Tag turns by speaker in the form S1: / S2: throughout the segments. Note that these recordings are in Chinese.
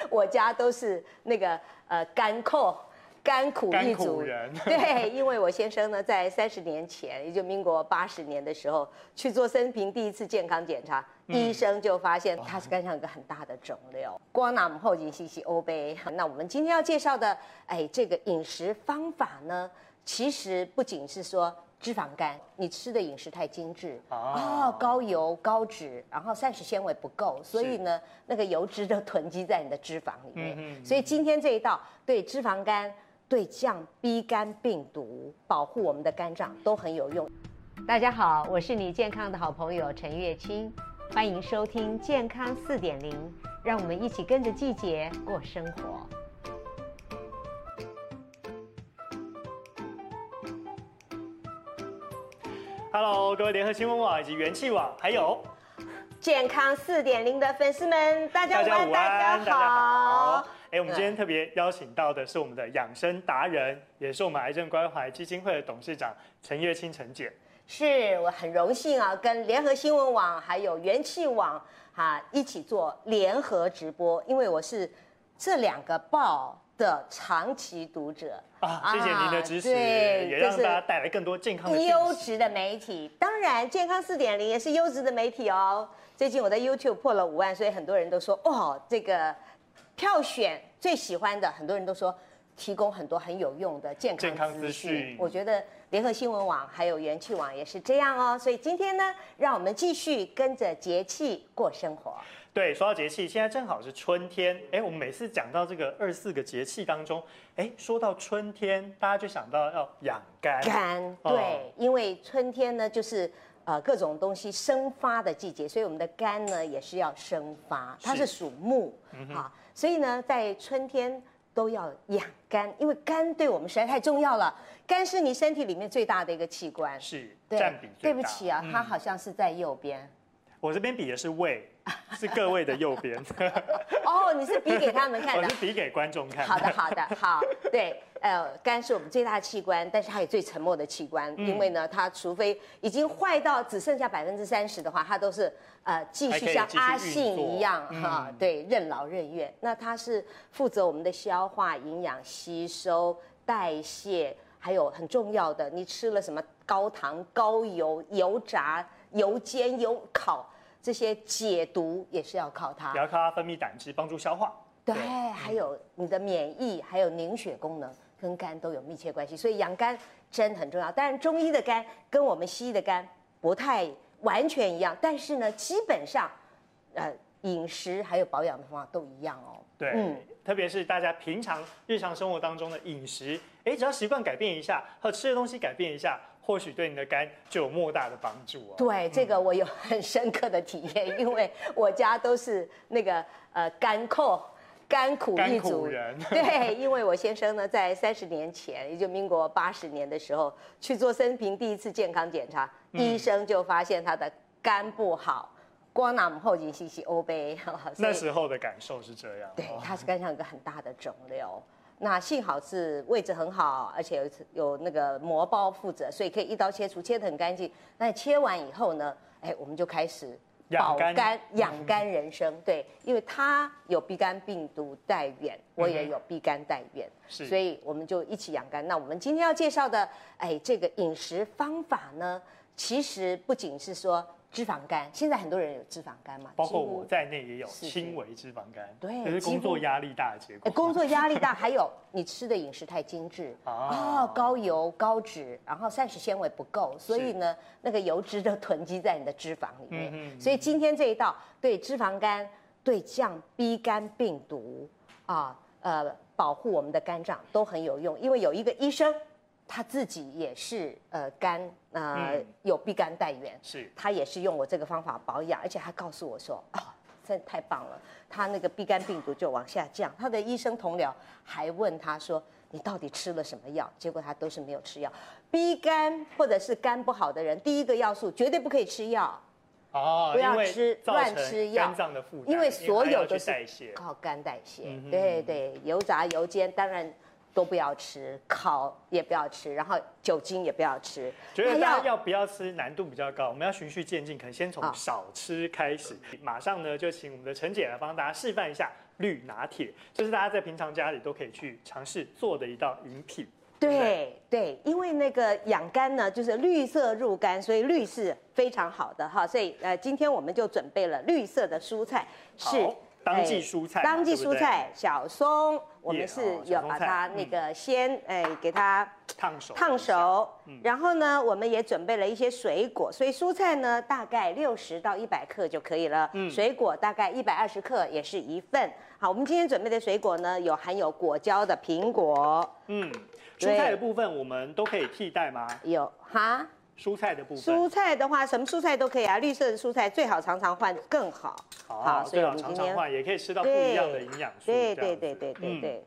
S1: 我家都是那个呃干扣。甘苦一
S2: 甘苦
S1: 族
S2: 人
S1: 对，因为我先生呢，在三十年前，也就民国八十年的时候，去做生平第一次健康检查，
S2: 嗯
S1: 医生就发现他是肝上有个很大的肿瘤。光那我们后颈息息欧杯，哦那我们今天要介绍的，哎，这个饮食方法呢，其实不仅是说。脂肪肝，你吃的饮食太精致
S2: 啊
S1: 哦，高油、高脂，然后膳食纤维不够，所以呢，那个油脂就囤积在你的脂肪里面。
S2: 嗯哼
S1: 所以今天这一道对脂肪肝、对降 B 肝病毒、保护我们的肝脏都很有用。大家好，我是你健康的好朋友陈月清，欢迎收听《健康四点零》，让我们一起跟着季节过生活。
S2: Hello，各位联合新闻网以及元气网，还有
S1: 健康四点零的粉丝们，大家
S2: 大
S1: 午
S2: 家
S1: 安，
S2: 午
S1: 大
S2: 安，
S1: 家好。。
S2: 哎、我们今天特别邀请到的是我们的养生达人，也是我们癌症关怀基金会的董事长陈月清陈姐。
S1: 是我很荣幸啊，跟联合新闻网还有元气网哈、啊、一起做联合直播，因为我是这两个报的长期读者
S2: 啊，谢谢您的支持，
S1: 啊对
S2: 也让
S1: 就是
S2: 大家带来更多健康的
S1: 优
S2: 信息。
S1: 质的媒体，当然健康四点零也是优质的媒体哦。最近我的 YouTube 破了五万，所以很多人都说哦，这个票选最喜欢的，很多人都说提供很多很有用的健
S2: 健康
S1: 康
S2: 资
S1: 资
S2: 讯
S1: 讯。我觉得联合新闻网还有元气网也是这样哦。所以今天呢，让我们继续跟着节气过生活。
S2: 对，说到节气，现在正好是春天。哎，我们每次讲到这个二四个节气当中，哎，说到春天，大家就想到要养肝。
S1: 肝，
S2: 哦
S1: 对，因为春天呢就是呃各种东西生发的季节，所以我们的肝呢也是要生发，它
S2: 是嗯
S1: 是属木啊，所以呢在春天都要养肝，因为肝对我们实在太重要了，肝是你身体里面最大的一个器官，
S2: 是
S1: 对
S2: 占比，最
S1: 对不
S2: 大
S1: 起啊，
S2: 嗯
S1: 它好像是在右边。
S2: 我这边比的是胃，是各位的右边，
S1: 哦，你是比给他们看
S2: 我
S1: 的
S2: 哦是，比给观众看。
S1: 好 的，，好的，好，对，呃，肝是我们最大的器官，但是它也最沉默的器官，
S2: 嗯
S1: 因为呢，它除非已经坏到只剩下百分之三十的话，它都是呃继
S2: 还可
S1: 续
S2: 以
S1: 像
S2: 继续
S1: 阿
S2: 运
S1: 信
S2: 作
S1: 一样
S2: 嗯
S1: 哈、对，任劳任怨。那它是负责我们的消化、营养吸收、代谢，还有很重要的，你吃了什么高糖、高油、油炸、油煎、油烤这些解毒也是要靠它
S2: 也。要靠它分泌胆汁帮助消化。
S1: 对，嗯还有你的免疫，还有凝血功能跟肝都有密切关系，所以养肝真很重要。当然，中医的肝跟我们西医的肝不太完全一样，但是呢，基本上，呃，饮食还有保养的方法都一样哦。
S2: 对，
S1: 嗯
S2: 特别是大家平常日常生活当中的饮食，哎，只要习惯改变一下，还有吃的东西改变一下，或许对你的肝就有莫大的帮助哦。
S1: 对，这个我有很深刻的体验，因为我家都是那个呃 干扣。甘苦一
S2: 甘
S1: 族
S2: 苦人
S1: 对，因为我先生呢，在三十年前，也就民国八十年的时候，去做生平第一次健康检查，医生就发现他的肝不好，光拿我们后颈息息欧杯， 所以
S2: 那时候的感受是这样。
S1: 对
S2: 哦，
S1: 它是肝上有个很大的肿瘤。那幸好是位置很好，而且有一次有那个膜包负责，所以可以一刀切除，切得很干净。那切完以后呢，哎，我们就开始
S2: 养
S1: 保
S2: 肝
S1: 肝、养肝人生。对，因为他有 B 肝病毒带源，我也有 B 肝带源，
S2: 嗯是
S1: 所以我们就一起养肝。那我们今天要介绍的，哎，这个饮食方法呢，其实不仅是说脂肪肝，现在很多人有脂肪肝嘛，
S2: 包
S1: 几
S2: 括
S1: 乎
S2: 我在内也有
S1: 是
S2: 轻微脂肪肝，
S1: 对
S2: 这是
S1: 几
S2: 工
S1: 乎
S2: 作压力大的结
S1: 呃
S2: 果。
S1: 工作压力大，还有你吃的饮食太精致
S2: 啊
S1: 哦，高油、高脂，然后膳食纤维不够，所以呢，那个油脂就囤积在你的脂肪里面。
S2: 嗯
S1: 所以今天这一道对脂肪肝、对降 B 肝病毒啊，呃，保护我们的肝脏都很有用，因为有一个医生。他自己也是呃肝呃、
S2: 嗯
S1: 有 B 肝带源，
S2: 是
S1: 他也是用我这个方法保养，而且他告诉我说，哦，真的太棒了，他那个 B 肝病毒就往下降。他的医生同僚还问他说，你到底吃了什么药？结果他都是没有吃药。B 肝或者是肝不好的人，第一个要素绝对不可以吃药，
S2: 哦，
S1: 不要
S2: 因为
S1: 吃
S2: 造
S1: 乱
S2: 成
S1: 吃药
S2: 肝脏的负担，
S1: 因为所
S2: 还要
S1: 有
S2: 去
S1: 都是
S2: 代谢。
S1: 靠肝代谢。
S2: 嗯哼
S1: 对对，油炸、油煎当然都不要吃，烤也不要吃，然后酒精也不要吃。
S2: 觉得
S1: 那
S2: 大家要不要吃难度比较高，我们要循序渐进，可能先从
S1: 啊
S2: 少吃开始。马上呢，就请我们的陈姐来帮大家示范一下绿拿铁，这是大家在平常家里都可以去尝试做的一道饮品。对不
S1: 对对，因为那个养肝呢，就是绿色入肝，所以绿是非常好的哈。所以呃，今天我们就准备了绿色的蔬菜，是哎
S2: 好当季蔬菜嘛，
S1: 当季
S2: 对不
S1: 蔬
S2: 对
S1: 菜小松，我们是
S2: 哦小
S1: 要
S2: 松
S1: 把
S2: 菜
S1: 它那
S2: 嗯
S1: 个先哎给它
S2: 烫手
S1: 烫
S2: 一下嗯
S1: 手，然后呢，我们也准备了一些水果，所以蔬菜呢大概六十到一百克就可以了，
S2: 嗯
S1: 水果大概一百二十克也是一份。好，我们今天准备的水果呢，有含有果胶的苹果，
S2: 嗯，
S1: 对
S2: 蔬菜的部分我们都可以替代吗？
S1: 有哈
S2: 蔬菜的部分，
S1: 蔬菜的话，什么蔬菜都可以啊，绿色的蔬菜最好常常换更好。
S2: 好，
S1: 所以
S2: 最
S1: 我
S2: 好
S1: 们今
S2: 常常
S1: 天
S2: 换，也可以吃到不一样的营养素。
S1: 对
S2: 这样
S1: 对
S2: 子
S1: 对对对
S2: 嗯
S1: 对，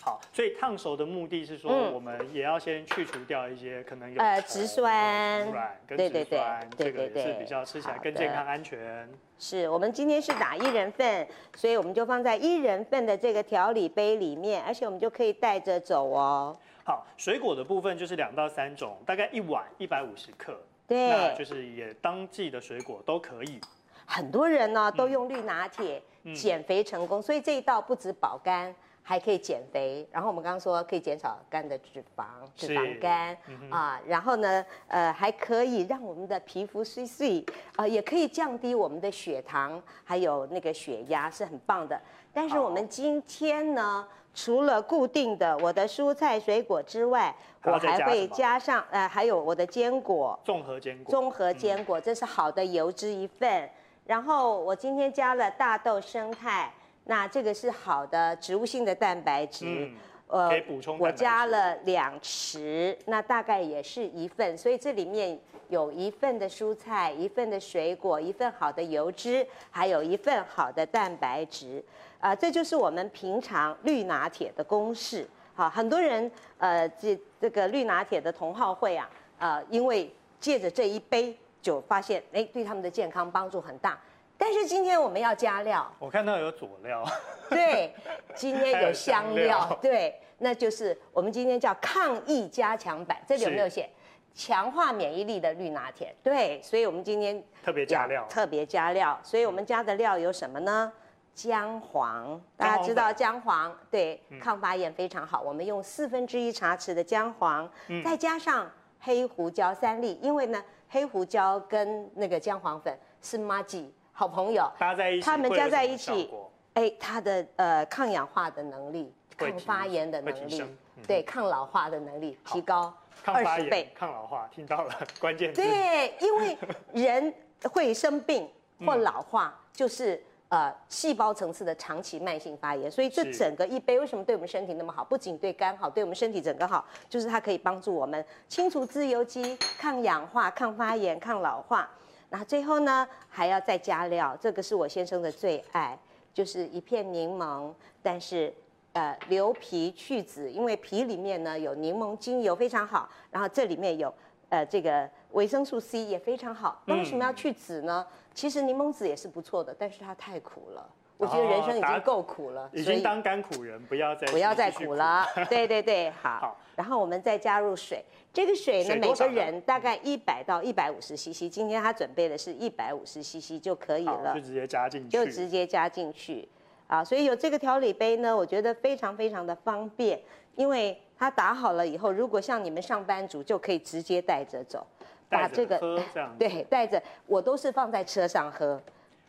S2: 好，所以烫手的目的是说，
S1: 嗯
S2: 我们也要先去除掉一些可能有
S1: 呃
S2: 虫
S1: 植酸
S2: 有软跟
S1: 对对
S2: 植
S1: 对
S2: 酸，
S1: 对
S2: 这个
S1: 对对
S2: 也是比较吃起来
S1: 好
S2: 更
S1: 的
S2: 健康安全。
S1: 是我们今天是打一人份，所以我们就放在一人份的这个调理杯里面，而且我们就可以带着走哦。
S2: 好，水果的部分就是两到三种，大概一碗一百五十克，那
S1: 对
S2: 就，是也当季的水果都可以。
S1: 很多人
S2: 嗯
S1: 呢都用绿拿铁减肥成功，所以这一道不止保肝，还可以减肥。然后我们刚刚说可以减少肝的脂肪，
S2: 是
S1: 脂
S2: 嗯
S1: 肪肝啊，然后呢，呃，还可以让我们的皮肤碎碎，呃，也可以降低我们的血糖，还有那个血压，是很棒的。但是
S2: 好
S1: 我们今天呢，除了固定的我的蔬菜水果之外，
S2: 还
S1: 我
S2: 要再
S1: 还
S2: 加什
S1: 会
S2: 么
S1: 加上呃，还有我的坚果。
S2: 综合坚果，嗯
S1: 综合坚果，这是好的油脂一份。然后我今天加了大豆生态，那这个是好的植物性的蛋白质。
S2: 嗯，
S1: 呃
S2: 可以补充蛋白质
S1: 我加了两匙，那大概也是一份，所以这里面有一份的蔬菜，一份的水果，一份好的油脂，还有一份好的蛋白质，啊、这就是我们平常绿拿铁的公式。好，很多人呃，这这个绿拿铁的同好会啊，呃，因为借着这一杯酒，发现哎，对他们的健康帮助很大。但是今天我们要加料，
S2: 我看到有佐料，
S1: 对，今天有香
S2: 还有香料
S1: 料，对，那就是我们今天叫抗疫加强版，这里有没有写？强化免疫力的绿拿铁，对，所以我们今天
S2: 特别加料
S1: 要特别加料，所以我们加的料有什么呢？姜黄，
S2: 姜
S1: 大
S2: 黄
S1: 家知道
S2: 粉嗯
S1: 姜黄对抗发炎非常好，我们用四分之一茶匙的姜黄，再加上黑胡椒三粒，因为呢，黑胡椒跟那个姜黄粉是妈吉好朋友，
S2: 搭在一起，
S1: 他们加在一起
S2: 效果
S1: 哎，它的呃抗氧化的能力、
S2: 会
S1: 抗
S2: 提
S1: 发炎的
S2: 会
S1: 能
S2: 提
S1: 力
S2: 升，嗯
S1: 对抗老化的能力提高
S2: 抗
S1: 二
S2: 发
S1: 十
S2: 炎
S1: 倍。、
S2: 抗老化，听到了 关键字。
S1: 对，因为人会生病
S2: 嗯
S1: 或老化，就是呃细胞层次的长期慢性发炎，所以这
S2: 是
S1: 整个一杯为什么对我们身体那么好？不仅对肝好，对我们身体整个好，就是它可以帮助我们清除自由基、抗氧化、抗发炎、抗老化。那最后呢，还要再加料，这个是我先生的最爱，就是一片柠檬，但是呃留皮去籽，因为皮里面呢有柠檬精油非常好，然后这里面有呃这个维生素 C 也非常好。那为什么要
S2: 嗯
S1: 去籽呢？其实柠檬籽也是不错的，但是它太苦了，我觉得人生已
S2: 打
S1: 经够苦了，
S2: 哦已
S1: 所以
S2: 经当甘苦人，不要再
S1: 不要再
S2: 继续
S1: 苦了。对对对，好。
S2: 好
S1: 然后我们再加入水，这个水呢，
S2: 水
S1: 每
S2: 多少
S1: 个
S2: 呢
S1: 人大概一百到一百五十 CC。今天他准备的是一百五十 CC 就可以
S2: 好，
S1: 了
S2: 就，直接加进去，
S1: 就直接加进去。啊，所以有这个调理杯呢，我觉得非常非常的方便，因为它打好了以后，如果像你们上班族就可以直接带着走，
S2: 带着喝这样子
S1: 对带着，我都是放在车上喝。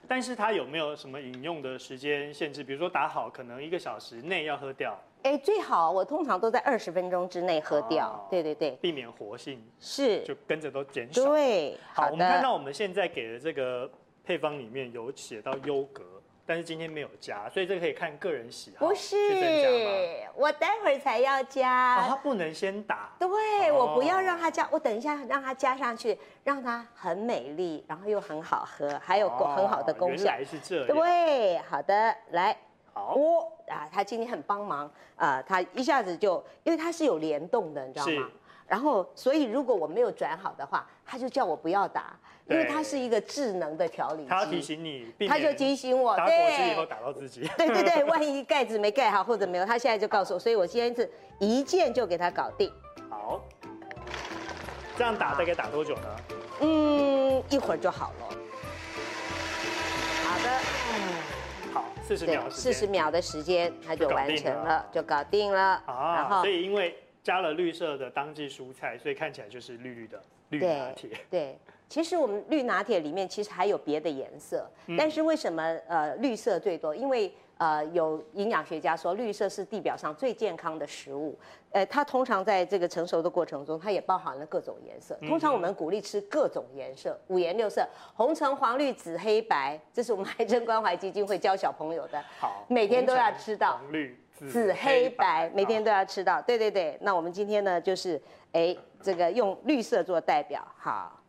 S2: 但是它有没有什么饮用的时间限制？比如说打好，可能一个小时内要喝掉，
S1: 哎，最好我通常都在二十分钟之内喝掉。
S2: 哦
S1: 对对对，
S2: 避免活性
S1: 是，
S2: 就跟着都减少。
S1: 对，
S2: 好，
S1: 好
S2: 我们看
S1: 的。
S2: 到我们现在给的这个配方里面有写到优格，但是今天没有加，所以这个可以看个人喜好
S1: 不
S2: 去增加吗？
S1: 是，我待会儿才要加。
S2: 啊，它不能先打，
S1: 对，
S2: 哦
S1: 我不要让它加，我等一下让它加上去，让它很美丽，然后又很好喝，还有
S2: 哦
S1: 很好的功
S2: 原
S1: 效。
S2: 来是这样，
S1: 对，好的，来，
S2: 好，
S1: 我啊，他今天很帮忙啊、他一下子就，因为他是有联动的，你知道
S2: 是
S1: 吗？然后，所以如果我没有转好的话，他就叫我不要打，因为
S2: 对
S1: 它是一个智能的调理
S2: 它要提
S1: 机，
S2: 醒你，避
S1: 它就
S2: 免
S1: 提醒我，
S2: 打火机以后
S1: 对，
S2: 打到自己。
S1: 对对对，万一盖子没盖好或者没有，他现在就告诉我，所以我今天是一键就给他搞定。
S2: 好，这样打大概打多久呢？
S1: 嗯，一会儿就好了。好的，
S2: 好，四十
S1: 对
S2: 秒，的时
S1: 四十
S2: 间
S1: 秒的时间它
S2: 就
S1: 就
S2: 搞
S1: 完
S2: 定
S1: 成
S2: 了
S1: 了，就搞定了。然
S2: 啊，
S1: 后
S2: 所以因为加了绿色的当季蔬菜，所以看起来就是绿绿的绿拿铁。
S1: 对，其实我们绿拿铁里面其实还有别的颜色，但是为什么呃绿色最多？因为呃有营养学家说绿色是地表上最健康的食物，呃它通常在这个成熟的过程中，它也包含了各种颜色。通常我们鼓励吃各种颜色，五颜六色，红橙黄绿紫黑白，这是我们癌症关怀基金会教小朋友的。
S2: 好，
S1: 每天都要
S2: 红橙
S1: 吃到
S2: 红绿紫啊
S1: 紫黑白，每天
S2: 都
S1: 都要吃到。对对对，那我们今天呢，就是哎，这个用绿色做代表，好，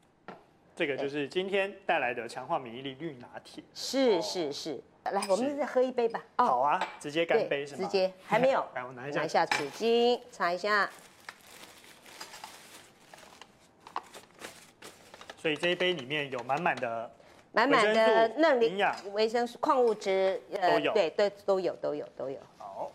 S2: 这个就是今天带来的强化免疫力绿拿铁。
S1: 是
S2: 哦
S1: 是是，来，我们再喝一杯吧。
S2: 好，啊，直接干
S1: 哦对
S2: 杯是吗？
S1: 直 接还没有
S2: 来，我拿一下
S1: 拿一。下纸巾，擦一下。
S2: 所以这一杯里面有满满的
S1: 满满的
S2: 维生素
S1: 嫩
S2: 营
S1: 灵
S2: 养
S1: 维生素、矿物质，呃
S2: 都有
S1: 对对，都有都有都有。
S2: 好。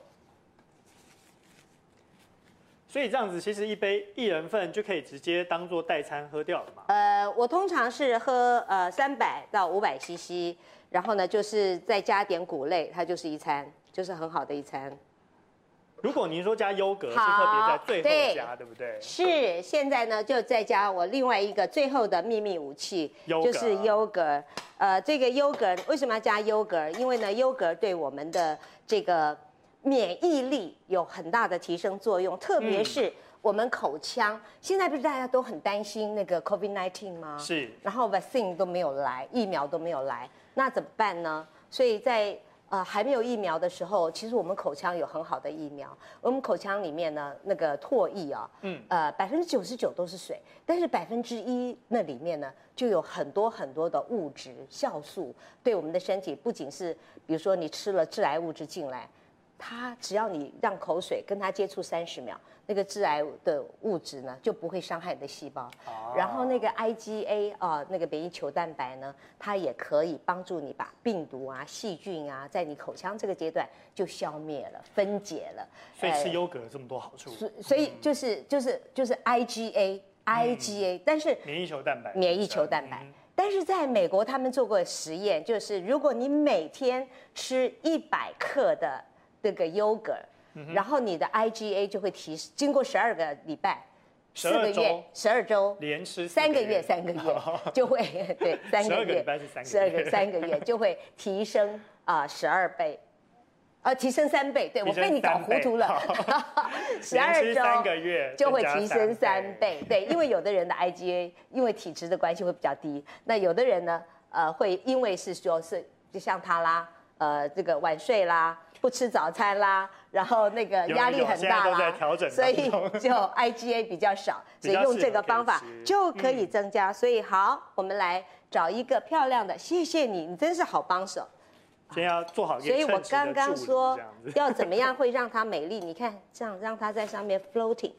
S2: 所以这样子，其实一杯一人份就可以直接当做代餐喝掉了嘛。
S1: 呃，我通常是喝呃三百到五百 CC，然后呢就是再加点谷类，它就是一餐，就是很好的一餐。
S2: 如果您说加优格，是
S1: 好
S2: 特别在最后
S1: 对
S2: 加，对不对？
S1: 是，现在呢就再加我另外一个最后的秘密武器，
S2: 优
S1: 就
S2: 格
S1: 是优格。呃，这个优格为什么要加优格？因为呢，优格对我们的这个免疫力有很大的提升作用，特别
S2: 嗯
S1: 是我们口腔。现在不是大家都很担心那个 COVID-19 吗？
S2: 是
S1: 然后 vaccine 都没有来，疫苗都没有来，那怎么办呢？所以在呃还没有疫苗的时候，其实我们口腔有很好的疫苗。我们口腔里面呢，那个唾液啊，
S2: 嗯
S1: 嗯，呃，百分之九十九都是水，但是百分之一那里面呢，就有很多很多的物质酵素，对我们的身体不仅是，比如说你吃了致癌物质进来，它只要你让口水跟它接触三十秒，那个致癌的物质呢就不会伤害你的细胞。
S2: 哦
S1: 然后那个 IgA 啊、那个免疫球蛋白呢，它也可以帮助你把病毒啊、细菌啊，在你口腔这个阶段就消灭了、分解了。
S2: 所以
S1: 呃
S2: 吃优格有这么多好处，
S1: 所所以就是就是就是
S2: 嗯
S1: IgA IgA，、但是
S2: 免疫球蛋白，
S1: 免疫球蛋白。
S2: 嗯
S1: 但是在美国，他们做过实验，就是如果你每天吃一百克的这个 yogurt，、然
S2: 嗯
S1: 后你的 IgA 就会提，经过十二个礼拜、四
S2: 12
S1: 个
S2: 周
S1: 月、十二周，
S2: 嗯连吃四
S1: 三个月，三 个月就会对，三
S2: 12
S1: 个
S2: 个礼
S1: 月
S2: 拜是三个月，
S1: 12三个月 就会提升啊十二倍，呃，提升三倍，对
S2: 提
S1: 我
S2: 升
S1: 被你搞糊涂了
S2: 三倍，
S1: 十
S2: 连
S1: 二
S2: 吃
S1: 周
S2: 三个月
S1: 就会
S2: 增加
S1: 提升
S2: 三
S1: 三
S2: 倍
S1: 倍，对，因为有的人的 IgA 因为体质的关系会比较低，那有的人呢，呃，会因为是说是就像他啦，呃，这个晚睡啦，不吃早餐啦，然后那个
S2: 有
S1: 压
S2: 有
S1: 力很
S2: 现在
S1: 大
S2: 都
S1: 啦，
S2: 在调整
S1: 所以
S2: 当中
S1: 就 IgA 比较少，所以
S2: 比较
S1: 用
S2: 适
S1: 这
S2: 合
S1: 个
S2: 可以
S1: 方法
S2: 吃嗯
S1: 就可以增加。所以好，我们来找一个漂亮的，谢谢你，你真是好帮手。
S2: 先要做好一个
S1: 所以我
S2: 称职的
S1: 刚刚
S2: 助理
S1: 说
S2: 这样子
S1: 要怎么样会让它美丽，你看这样让它在上面 floating，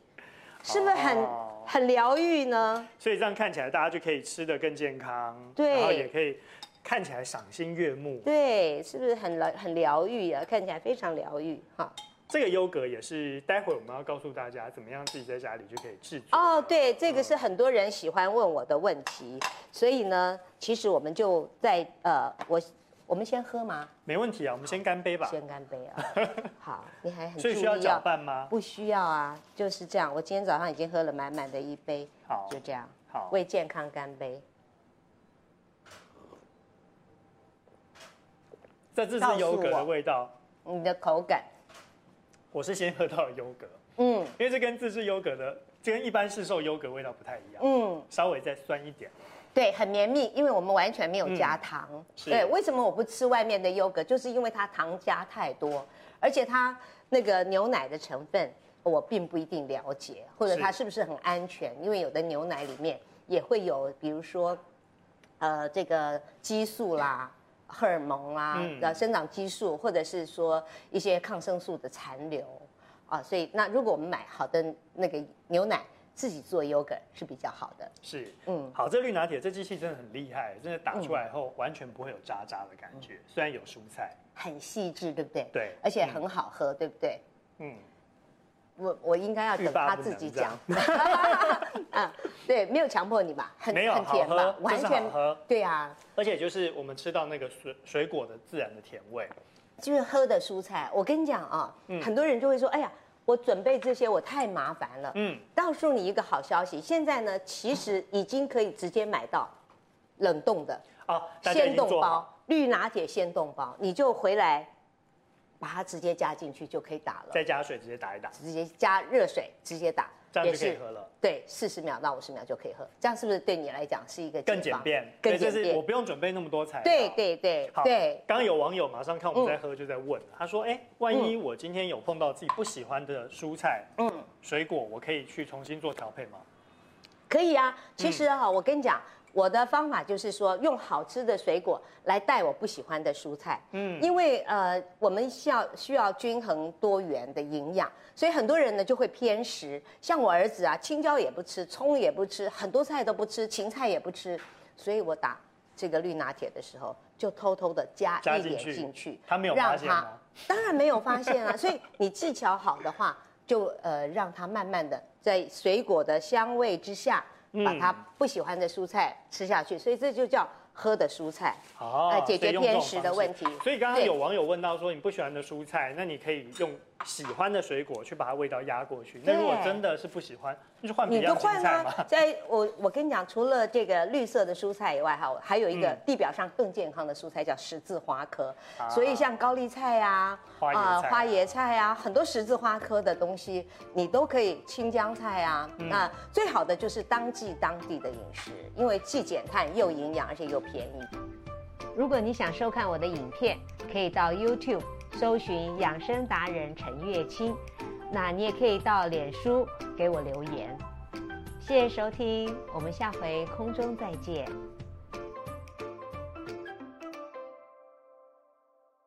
S1: 是不是很
S2: 哦
S1: 很疗愈呢？
S2: 所以这样看起来大家就可以吃得更健康，
S1: 对
S2: 然后也可以看起来赏心悦目。
S1: 对，是不是很疗很疗愈啊？看起来非常疗愈哈。
S2: 这个优格也是，待会我们要告诉大家怎么样自己在家里就可以制作。
S1: 哦，对，这个是很多人喜欢问我的问题，所以呢，其实我们就在呃，我我们先喝吗？
S2: 没问题啊，我们先干杯吧。
S1: 先干杯 啊！好，你还很注
S2: 所以需
S1: 意
S2: 要搅
S1: 啊。
S2: 拌吗？
S1: 不需要啊，就是这样。我今天早上已经喝了满满的一杯，
S2: 好
S1: 就这样，
S2: 好，
S1: 为健康干杯。
S2: 这这
S1: 告
S2: 是
S1: 诉
S2: 优格的
S1: 我
S2: 味道，
S1: 你的口感，
S2: 我是先喝到优格，
S1: 嗯
S2: 因为这跟自制优格的，这跟一般市售优格味道不太一样，
S1: 嗯，
S2: 稍微再酸一点。
S1: 对，很绵密，因为我们完全没有加糖。
S2: 嗯是
S1: 对，为什么我不吃外面的优格？就是因为它糖加太多，而且它那个牛奶的成分我并不一定了解，或者
S2: 是
S1: 它是不是很安全？因为有的牛奶里面也会有，比如说，呃，这个激素啦。荷尔蒙啦、
S2: 嗯
S1: 呃、生长激素，或者是说一些抗生素的残留啊，所以那如果我们买好的那个牛奶，自己做 yogurt 是比较好的。
S2: 是，嗯
S1: 嗯，
S2: 好，这绿拿铁这机器真的很厉害，真的打出来后完全不会有渣渣的感觉，
S1: 嗯
S2: 虽然有蔬菜，
S1: 很细致，对不对？
S2: 对
S1: 而且很好喝，对不对？
S2: 嗯，
S1: 我我应该要
S2: 欲
S1: 等
S2: 罢
S1: 他
S2: 不
S1: 自
S2: 能
S1: 己
S2: 这样
S1: 讲。 啊，对，没有强迫你吧？很
S2: 没有
S1: 很
S2: 好
S1: 甜吧
S2: 喝？，这
S1: 完
S2: 是好
S1: 全
S2: 喝，
S1: 对啊，
S2: 而且就是我们吃到那个水水果的自然的甜味，
S1: 就是喝的蔬菜，我跟你讲啊，
S2: 嗯
S1: 很多人就会说，哎呀，我准备这些我太麻烦了。
S2: 嗯，
S1: 告诉你一个好消息，现在呢，其实已经可以直接买到冷冻的
S2: 啊，大家已
S1: 鲜
S2: 经
S1: 冻
S2: 做好
S1: 包，绿拿铁鲜冻包，你就回来把它直接加进去就可以打了，
S2: 再加水直接打一打，
S1: 直接加热水直接打，
S2: 这样
S1: 也
S2: 就可以
S1: 是
S2: 喝了，
S1: 对，四十秒到五十秒就可以喝，这样是不是对你来讲是一个
S2: 更
S1: 解
S2: 简
S1: 放
S2: 便，
S1: 更
S2: 对
S1: 简
S2: 就是我
S1: 便？
S2: 不用准备那么多材料。
S1: 对对对
S2: 好
S1: 对，嗯
S2: 刚刚有网友马上看我们在喝，就在问，他说：“哎，万一我今天有碰到自己不喜欢的蔬菜、
S1: 嗯，
S2: 水果，我可以去重新做调配吗
S1: 可以啊。其实啊，我跟你讲，我的方法就是说，用好吃的水果来带我不喜欢的蔬菜。？”
S2: 嗯，
S1: 因为呃，我们需要需要均衡多元的营养，所以很多人呢就会偏食。像我儿子啊，青椒也不吃，葱也不吃，很多菜都不吃，芹菜也不吃。所以我打这个绿拿铁的时候，就偷偷的加
S2: 加
S1: 一
S2: 进
S1: 点
S2: 去
S1: 进去，
S2: 他没有发现吗？
S1: 当然没有发现啊，所 以你技巧好的话，就呃让它慢慢的在水果的香味之下，
S2: 嗯
S1: 把它不喜欢的蔬菜吃下去，所以这就叫喝的蔬菜。
S2: 哦
S1: 哎解决
S2: 所以用这种
S1: 偏食的问题
S2: 方式所以刚刚
S1: 对
S2: 有网友问到说，你不喜欢的蔬菜，那你可以用喜欢的水果去把它味道压过去。那
S1: 对
S2: 如果真的是不喜欢，那就换别
S1: 你就
S2: 样青
S1: 换
S2: 菜嘛。
S1: 啊！在我我跟你讲，除了这个绿色的蔬菜以外，哈，还有一个
S2: 嗯
S1: 地表上更健康的蔬菜叫十字花科，
S2: 啊
S1: 所以像高丽菜呀、
S2: 花椰菜啊
S1: 花椰菜啊，很多十字花科的东西，你都可以清江菜啊。
S2: 嗯
S1: 那最好的就是当季当地的饮食，因为既减碳又营养，而且又便宜。如果你想收看我的影片，可以到 YouTube 搜寻养生达人陈月清，那你也可以到脸书给我留言。谢谢收听，我们下回空中再见。